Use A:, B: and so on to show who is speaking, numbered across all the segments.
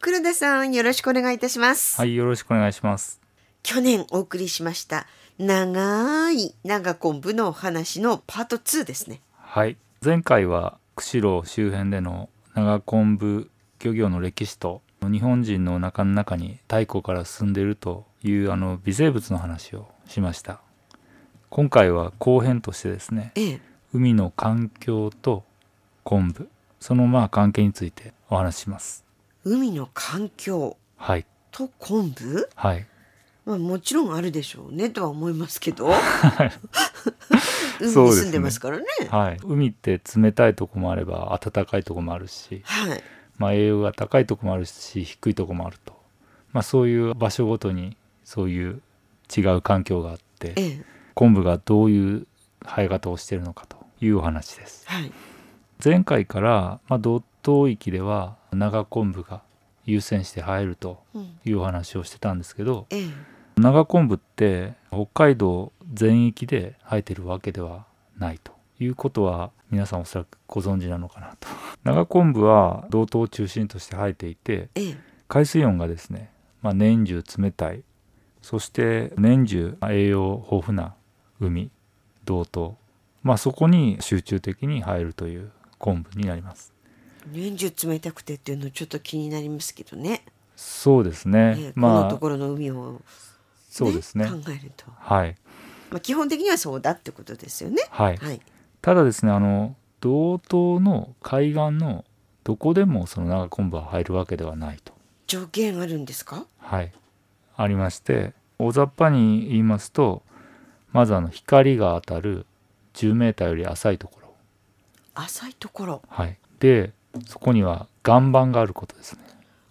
A: 黒田さんよろしくお願いいたします、
B: はい、よろしくお願いします。
A: 去年お送りしました長い長昆布のお話のパート2ですね
B: はい、前回は釧路周辺での長昆布漁業の歴史と日本人のお腹の中に太古から進んでいるというあの微生物の話をしました。今回は後編としてですね、
A: ええ
B: 海の環境と昆布そのまあ関係についてお話しします。
A: 海の環境
B: はい
A: と昆布、
B: はい
A: まあ、もちろんあるでしょうねとは思いますけ ど海に
B: そうですね
A: 住んでますからね
B: はい。海って冷たいとこもあれば暖かいとこもあるし。
A: はい
B: まあ、栄養が高いとこもあるし低いとこもあると、まあ、そういう場所ごとにそういう違う環境があって
A: ええ
B: 昆布がどういう生え方をしているのかというお話です
A: はい
B: 前回から、まあ、道東域では長昆布が優先して生えると
A: うん
B: いうお話をしてたんですけど
A: ええ
B: 長昆布って北海道全域で生えてるわけではないということは皆さんおそらくご存知なのかなと長昆布は道東を中心として生えていて
A: ええ
B: 海水温がですね、まあ、年中冷たいそして年中栄養豊富な海道東、まあ、そこに集中的に入るという昆布になります
A: 年中冷たくてっていうのちょっと気になりますけどね、
B: そうです
A: え
B: ね、
A: えこの
B: ま
A: と
B: あ
A: ころの海を、ね
B: そうですね
A: 考えると、
B: はい
A: まあ、基本的にはそうだってことですよね
B: はい
A: はい
B: ただですねあの道東の海岸のどこでもその長昆布は入るわけではないと
A: 条件あるんですか
B: はいありまして大雑把に言いますとまずあの光が当たる10メーターより浅いところ
A: 浅いところ
B: はい、でそこには岩盤があることですね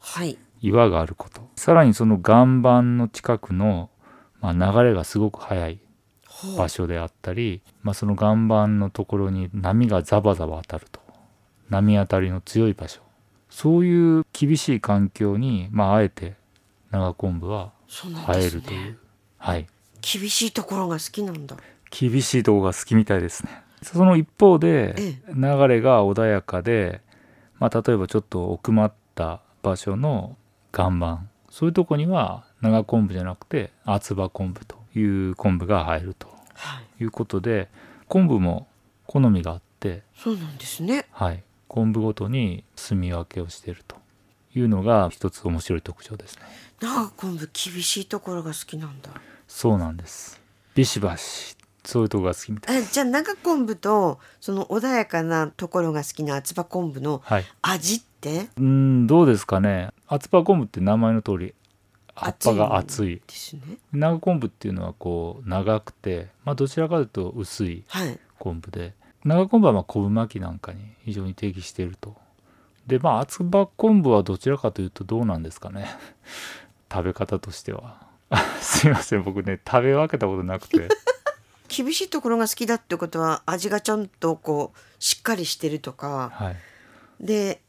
A: はい
B: 岩があることさらにその岩盤の近くの、まあ、流れがすごく速い
A: ほ
B: 場
A: う
B: 所であったり、まあ、その岩盤のところに波がザバザバ当たると波当たりの強い場所そういう厳しい環境に、まあ、あえて長昆布は
A: そうなん
B: 生
A: で
B: え
A: す
B: るという、
A: ね
B: はい
A: 厳しいところが好きなんだ
B: 厳しいとこが好きみたいですねその一方で
A: え
B: 流れが穏やかで、まあ、例えばちょっと奥まった場所の岩盤そういうとこには長昆布じゃなくて厚葉昆布という昆布が入ると
A: はい
B: いうことで昆布も好みがあって、
A: そうなんですね
B: はい、昆布ごとに住み分けをしているというのが一つ面白い特徴ですね
A: 長昆布厳しいところが好きなんだ
B: そうなんですビシバシそういうとこが好きみたい
A: えじゃあ長昆布とその穏やかなところが好きな厚葉昆布の
B: はい
A: 味って
B: うーんどうですかね厚葉昆布って名前の通り葉っぱが
A: 厚
B: 厚い
A: ですね
B: 長昆布っていうのはこう長くて、まあ、どちらかというと薄い
A: はい
B: 昆布で長昆布はまあ昆布巻きなんかに非常に適しているとでまあ厚葉昆布はどちらかというとどうなんですかね 食べ方としては すいません僕ね食べ分けたことなくて
A: 厳しいところが好きだってことは味がちゃんとこうしっかりしてるとか
B: はい
A: で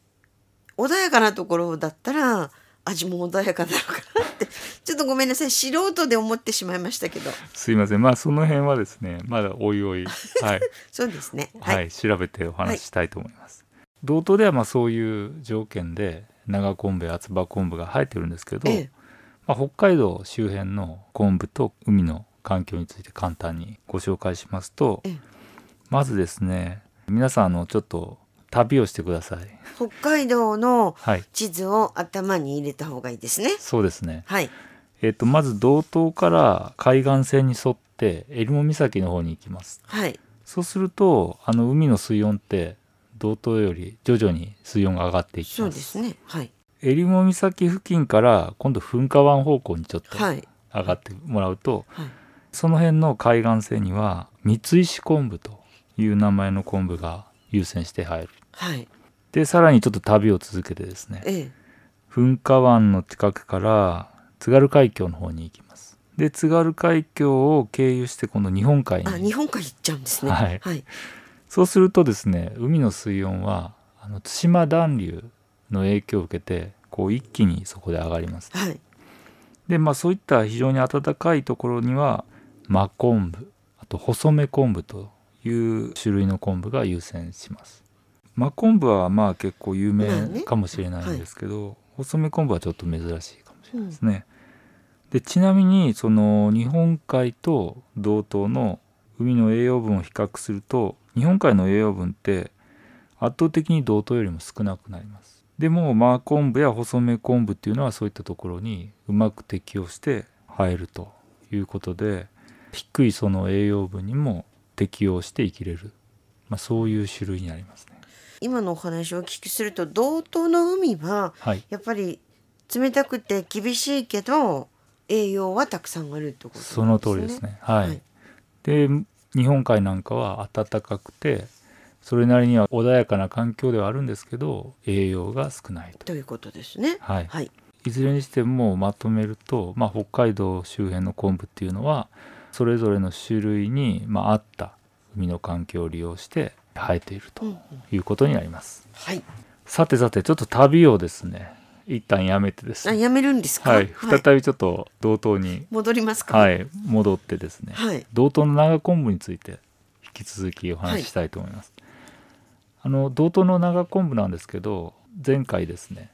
A: 穏やかなところだったら味も穏やかなのかなってちょっとごめんなさい素人で思ってしまいましたけど
B: すいませんまあその辺はですねまだおいおいはい
A: そうですね
B: はい、
A: はい、
B: 調べてお話ししたいと思います、道東ではまあそういう条件で長昆布や厚葉昆布が生えてるんですけど、
A: ええ
B: まあ、北海道周辺の昆布と海の環境について簡単にご紹介しますと、
A: ええ
B: まずですね皆さんあのちょっと旅をしてください
A: 北海道の
B: はい
A: 地図を頭に入れた方がいいですね
B: そうですね
A: はい
B: えっ、とまず道東から海岸線に沿って襟裳岬の方に行きます
A: はい
B: そうするとあの海の水温って道東より徐々に水温が上がっていき
A: そう
B: ま
A: ですすねはい
B: 襟裳岬付近から今度噴火湾方向にちょっと
A: はい
B: 上がってもらうと、
A: はい
B: その辺の海岸線には三石昆布という名前の昆布が優先して入る
A: はい
B: でさらにちょっと旅を続けてですね
A: ええ
B: 噴火湾の近くから津軽海峡の方に行きますで津軽海峡を経由して今度日本海
A: あ
B: に
A: 日本海行っちゃうんですね
B: はい
A: はい、
B: そうするとですね海の水温はあの対馬暖流の影響を受けてこう一気にそこで上がります
A: はい
B: でまあそういった非常に暖かいところには真昆布あと細め昆布という種類の昆布が優先します真昆布はまあ結構有
A: まあね
B: 名かもしれないんですけど、細め昆布はちょっと珍しいかもしれないですね。でちなみにその日本海と同等の海の栄養分を比較すると日本海の栄養分って圧倒的に同等よりも少なくなります。でもマー昆布や細め昆布っていうのはそういったところにうまく適応して生えるということで低いその栄養分にも適応して生きれる、まあ、そういう種類になりますね。
A: 今のお話をお聞きすると同等の海は
B: はい、
A: やっぱり冷たくて厳しいけど栄養はたくさんあるってことなんですね。
B: その通りですね。はい。
A: はい
B: で日本海なんかは暖かくてそれなりには穏やかな環境ではあるんですけど栄養が少ないと。
A: ということですね。
B: はい、
A: はい。
B: いずれにしてもまとめると、まあ、北海道周辺の昆布っていうのはそれぞれの種類に、まあ、合った海の環境を利用して生えていると
A: うんうん
B: いうことになります。
A: はい。
B: さてさてちょっと旅をですね一旦やめてです
A: あ
B: ね、
A: やめるんですか。
B: はい、再びちょっと同等に、
A: 戻りますか。。
B: はいい、戻ってですね、
A: はい。
B: 道東の長昆布について引き続きお話ししたいと思います、あの道東の長昆布なんですけど前回ですね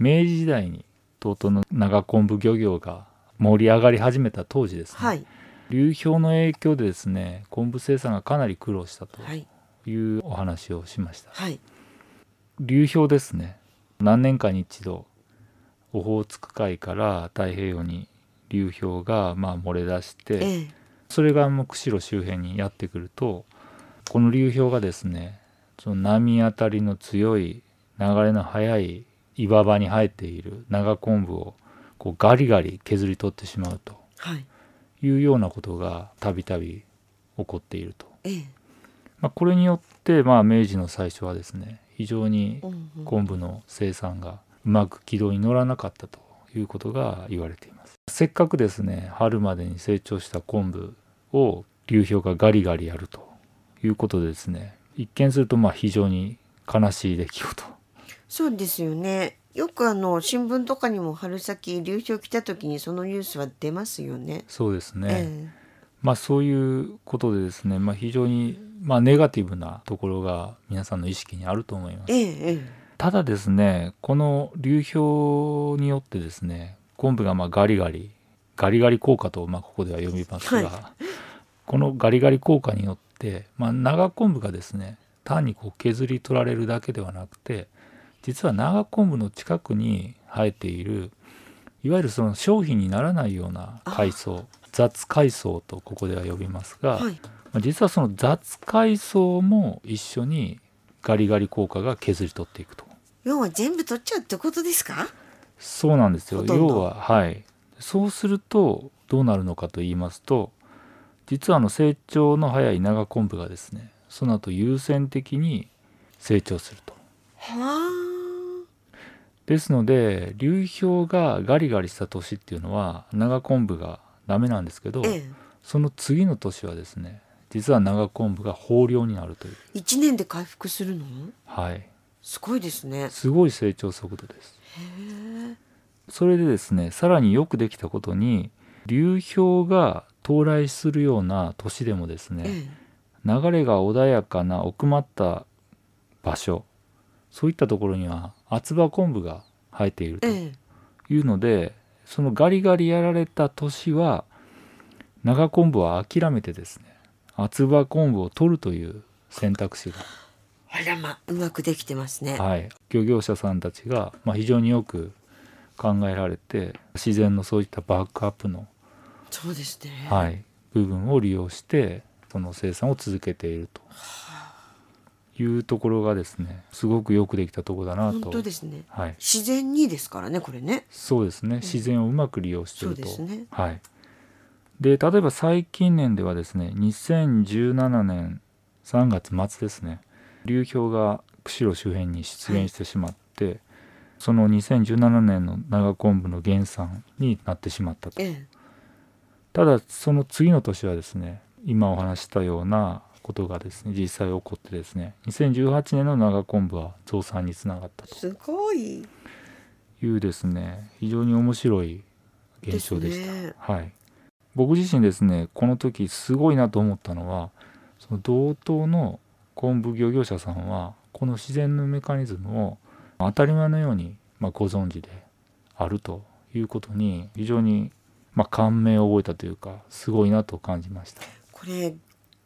B: 明治時代に道東の長昆布漁業が盛り上がり始めた当時ですね、
A: はい。
B: 流氷の影響でですね昆布生産がかなり苦労したと
A: はい。
B: いうお話をしました、
A: はい。
B: 流氷ですね何年かに一度オホーツク海から太平洋に流氷がまあ漏れ出して、
A: ええ。
B: それがもう釧路周辺にやってくるとこの流氷がですねその波当たりの強い流れの速い岩場に生えている長昆布をこうガリガリ削り取ってしまうと
A: はい。
B: いうようなことがたびたび起こっていると、
A: ええ。
B: まあ、これによってまあ明治の最初はですね非常に
A: うんうん
B: 昆布の生産がうまく軌道に乗らなかったということが言われていますせっかくですね春までに成長した昆布を流氷がガリガリやるということでですね一見するとまあ非常に悲しい出来事
A: そうですよね。よくあの新聞とかにも春先流氷来た時にそのニュースは出ますよね。
B: そうですね、
A: え
B: まあそういうことでですね、まあ、非常にまあネガティブなところが皆さんの意識にあると思います
A: ええええ
B: ただですねこの流氷によってですね昆布がまあガリガリガリガリ効果とまあここでは読みますが、
A: は
B: このガリガリ効果によって、まあ、長昆布がですね単にこう削り取られるだけではなくて実は長昆布の近くに生えているいわゆるその商品にならないような海藻雑海藻とここでは呼びますが、
A: はい。
B: まあ実はその雑海藻も一緒にガリガリ効果が削り取っていくと。
A: 要は全部取っちゃうってことですか。
B: そうなんですよ
A: ほとん
B: 要
A: ど
B: ははいそうするとどうなるのかと言いますと実はあの成長の早い長昆布がですねその後優先的に成長すると
A: は
B: ですので流氷がガリガリした年っていうのは長昆布がダメなんですけど
A: あ。ええ。
B: その次の年はですね実は長昆布が豊漁になるという
A: 一年で回復するの。
B: はい
A: すごいですね。
B: すごい成長速度です
A: へ
B: それでですねさらによくできたことに流氷が到来するような年でもです
A: え。
B: ね
A: え
B: 流れが穏やかな奥まった場所そういったところには厚葉昆布が生えている
A: え。
B: と
A: ええ。
B: いうのでそのガリガリやられた年は長昆布は諦めてですね厚葉昆布を取るという選択肢
A: あらま、うまくできてますね。
B: が、はい、漁業者さんたちが、まあ、非常によく考えられて自然のそういったバックアップの
A: そうですね。
B: はい、部分を利用してその生産を続けているというところがですねすごくよくできたところだな
A: 本
B: と
A: 当ですね。
B: はい、
A: 自然にですからね、これね。
B: そうですね自然をうまく利用していると、
A: そうですね
B: はい、で例えば最近年ではですね2017年3月末ですね流氷が釧路周辺に出現してしまって、その2017年の長昆布の原産になってしまったと
A: ええ。
B: ただその次の年はですね今お話ししたようなことがですね実際起こってですね2018年の長昆布は増産につながったと
A: すごい。
B: いうですね非常に面白い現象でした
A: ですね
B: はい、僕自身ですねこの時すごいなと思ったのはその同等の昆布漁業者さんはこの自然のメカニズムを当たり前のようにままあ、ご存知であるということに非常に、まあ、感銘を覚えたというかすごいなと感じました。
A: これ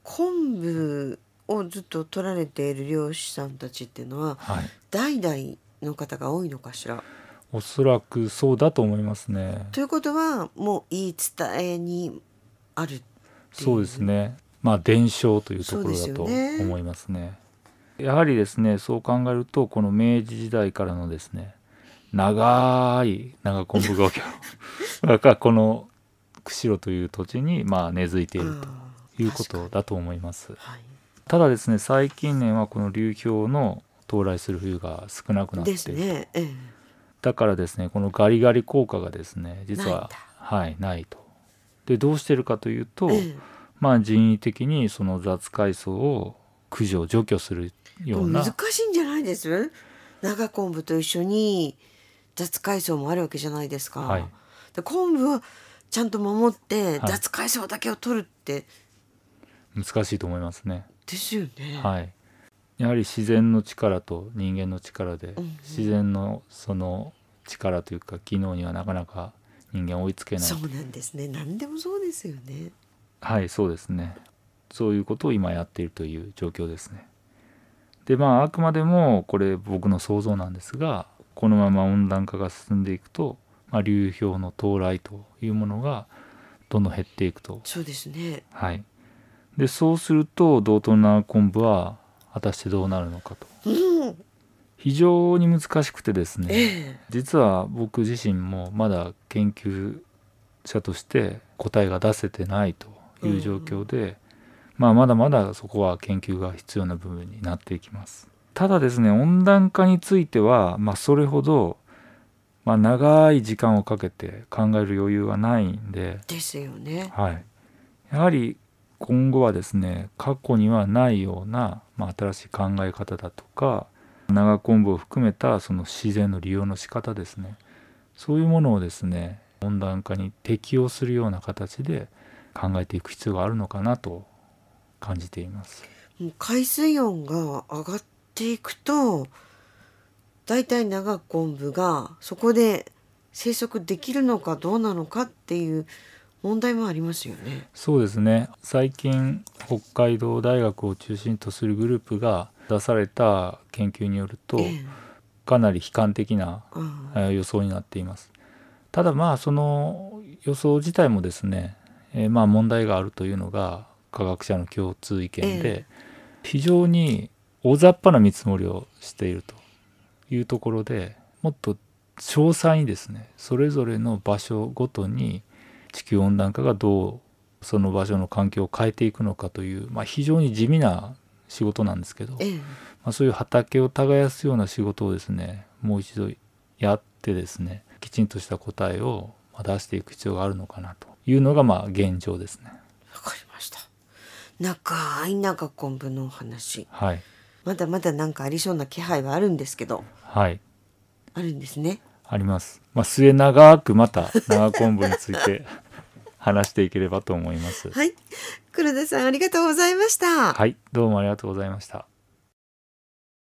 A: 昆布をずっと取られている漁師さんたちっていうのは
B: はい、
A: 代々の方が多いのかしら
B: おそらくそうだと思いますね。
A: ということはもう言い伝えにある
B: そうですね。まあ伝承というところだと
A: そうですよね
B: 思いますね。やはりですね、そう考えるとこの明治時代からのですね、長い長昆布漁 業がこの釧路という土地にまあ根付いている
A: あ
B: というこ
A: 確
B: とだと思います。
A: かに
B: ただですね、最近年はこの流氷の到来する冬が少なく
A: は、
B: ないって
A: ですね、ええ、
B: だからですねこのガリガリ効果がですね実ははいないと。でどうしてるかというと、
A: え
B: まあ人為的にその雑海藻を駆除除去する
A: え、
B: よ
A: こ
B: う
A: れ
B: な
A: 難しいんじゃないです長昆布と一緒に雑海藻もあるわけじゃないですか、
B: はい
A: で昆布はちゃんと守って
B: はい
A: 雑海藻だけを取るって、
B: 難しいと思いますね。
A: ですよね、
B: はい。やはり自然の力と人間の力で
A: うんうん
B: 自然のその力というか機能にはなかなか人間追いつけない
A: そうなんですね何でもそうですよね
B: はいそうですねそういうことを今やっているという状況ですねでまああくまでもこれ僕の想像なんですがこのまま温暖化が進んでいくと、まあ、流氷の到来というものがどんどん減っていくと
A: そうですね
B: はいでそうすると道東の昆布は果たしてどうなるのかと
A: うん
B: 非常に難しくてですね
A: ええ
B: 実は僕自身もまだ研究者として答えが出せてないという状況で、まあ、まだまだそこは研究が必要な部分になっていきます。ただですね温暖化については、まあ、それほど、まあ、長い時間をかけて考える余裕がないんで、
A: ですよね
B: はい、やはり今後はですね過去にはないような、まあ、新しい考え方だとか長昆布を含めたその自然の利用の仕方ですねそういうものをですね温暖化に適応するような形で考えていく必要があるのかなと感じています。
A: もう海水温が上がっていくとだいたい長昆布がそこで生息できるのかどうなのかっていう問題もありますよね。
B: そうですね最近北海道大学を中心とするグループが出された研究によると
A: ええ
B: かなり悲観的な
A: ああ
B: えー予想になっています。ただまあその予想自体もですね、えーまあ問題があるというのが科学者の共通意見
A: え
B: で、非常に大雑把な見積もりをしているというところでもっと詳細にですねそれぞれの場所ごとに地球温暖化がどうその場所の環境を変えていくのかという、まあ、非常に地味な仕事なんですけど、
A: ええ
B: まあ、そういう畑を耕すような仕事をですねもう一度やってですねきちんとした答えをまあ出していく必要があるのかなというのがまあ現状ですね。
A: わかりました。長い長昆布のお話
B: はい、
A: まだまだなんかありそうな気配はあるんですけど
B: はい、
A: あるんですね。
B: あります。まあ、末長くまた長昆布について話していければと思います。
A: はい黒田さんありがとうございました。
B: はい、どうもありがとうございました。